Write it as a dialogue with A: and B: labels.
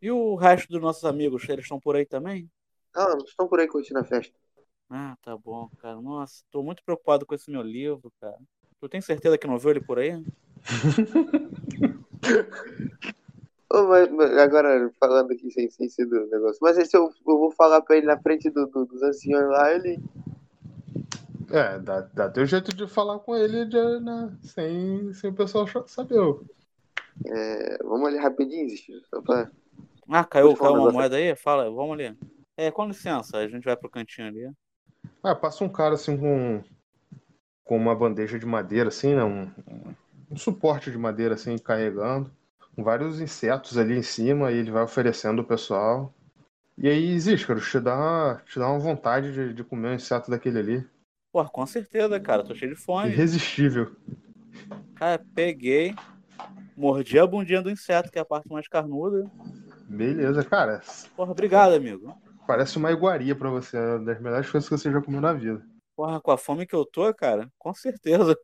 A: E o resto dos nossos amigos, eles estão por aí também?
B: Ah, não estão por aí curtindo a festa.
A: Ah, tá bom, cara. Nossa, tô muito preocupado com esse meu livro, cara. Tu tem certeza que não viu ele por aí?
B: Ô, mas, mas agora, falando aqui sem, sem ser do negócio. Mas se eu, eu vou falar pra ele na frente do- do- dos anciões lá, ele.
C: É, dá, dá teu jeito de falar com ele de- né, sem, sem o pessoal cho- saber. ô.
B: é, vamos ali rapidinho, Ziz, só pra-
A: Ah, caiu, caiu
B: Deixa eu falar um
A: uma
B: negócio
A: moeda aí? Fala, vamos ali. É, com licença, a gente vai pro cantinho ali.
C: Ah, passa um cara assim com, com uma bandeja de madeira, assim, né? Um, um- um suporte de madeira, assim, carregando. Com vários insetos ali em cima, e ele vai oferecendo o pessoal. E aí, Zíscaros, te dá, te dá uma vontade de, de comer um inseto daquele ali.
A: Pô, com certeza, cara, tô cheio de fome.
C: Irresistível.
A: Cara, peguei, mordi a bundinha do inseto, que é a parte mais carnuda.
C: Beleza, cara.
A: Porra, obrigado, amigo.
C: Parece uma iguaria pra você. é Uma das melhores coisas que você já comeu na vida.
A: Porra, com a fome que eu tô, cara, com certeza.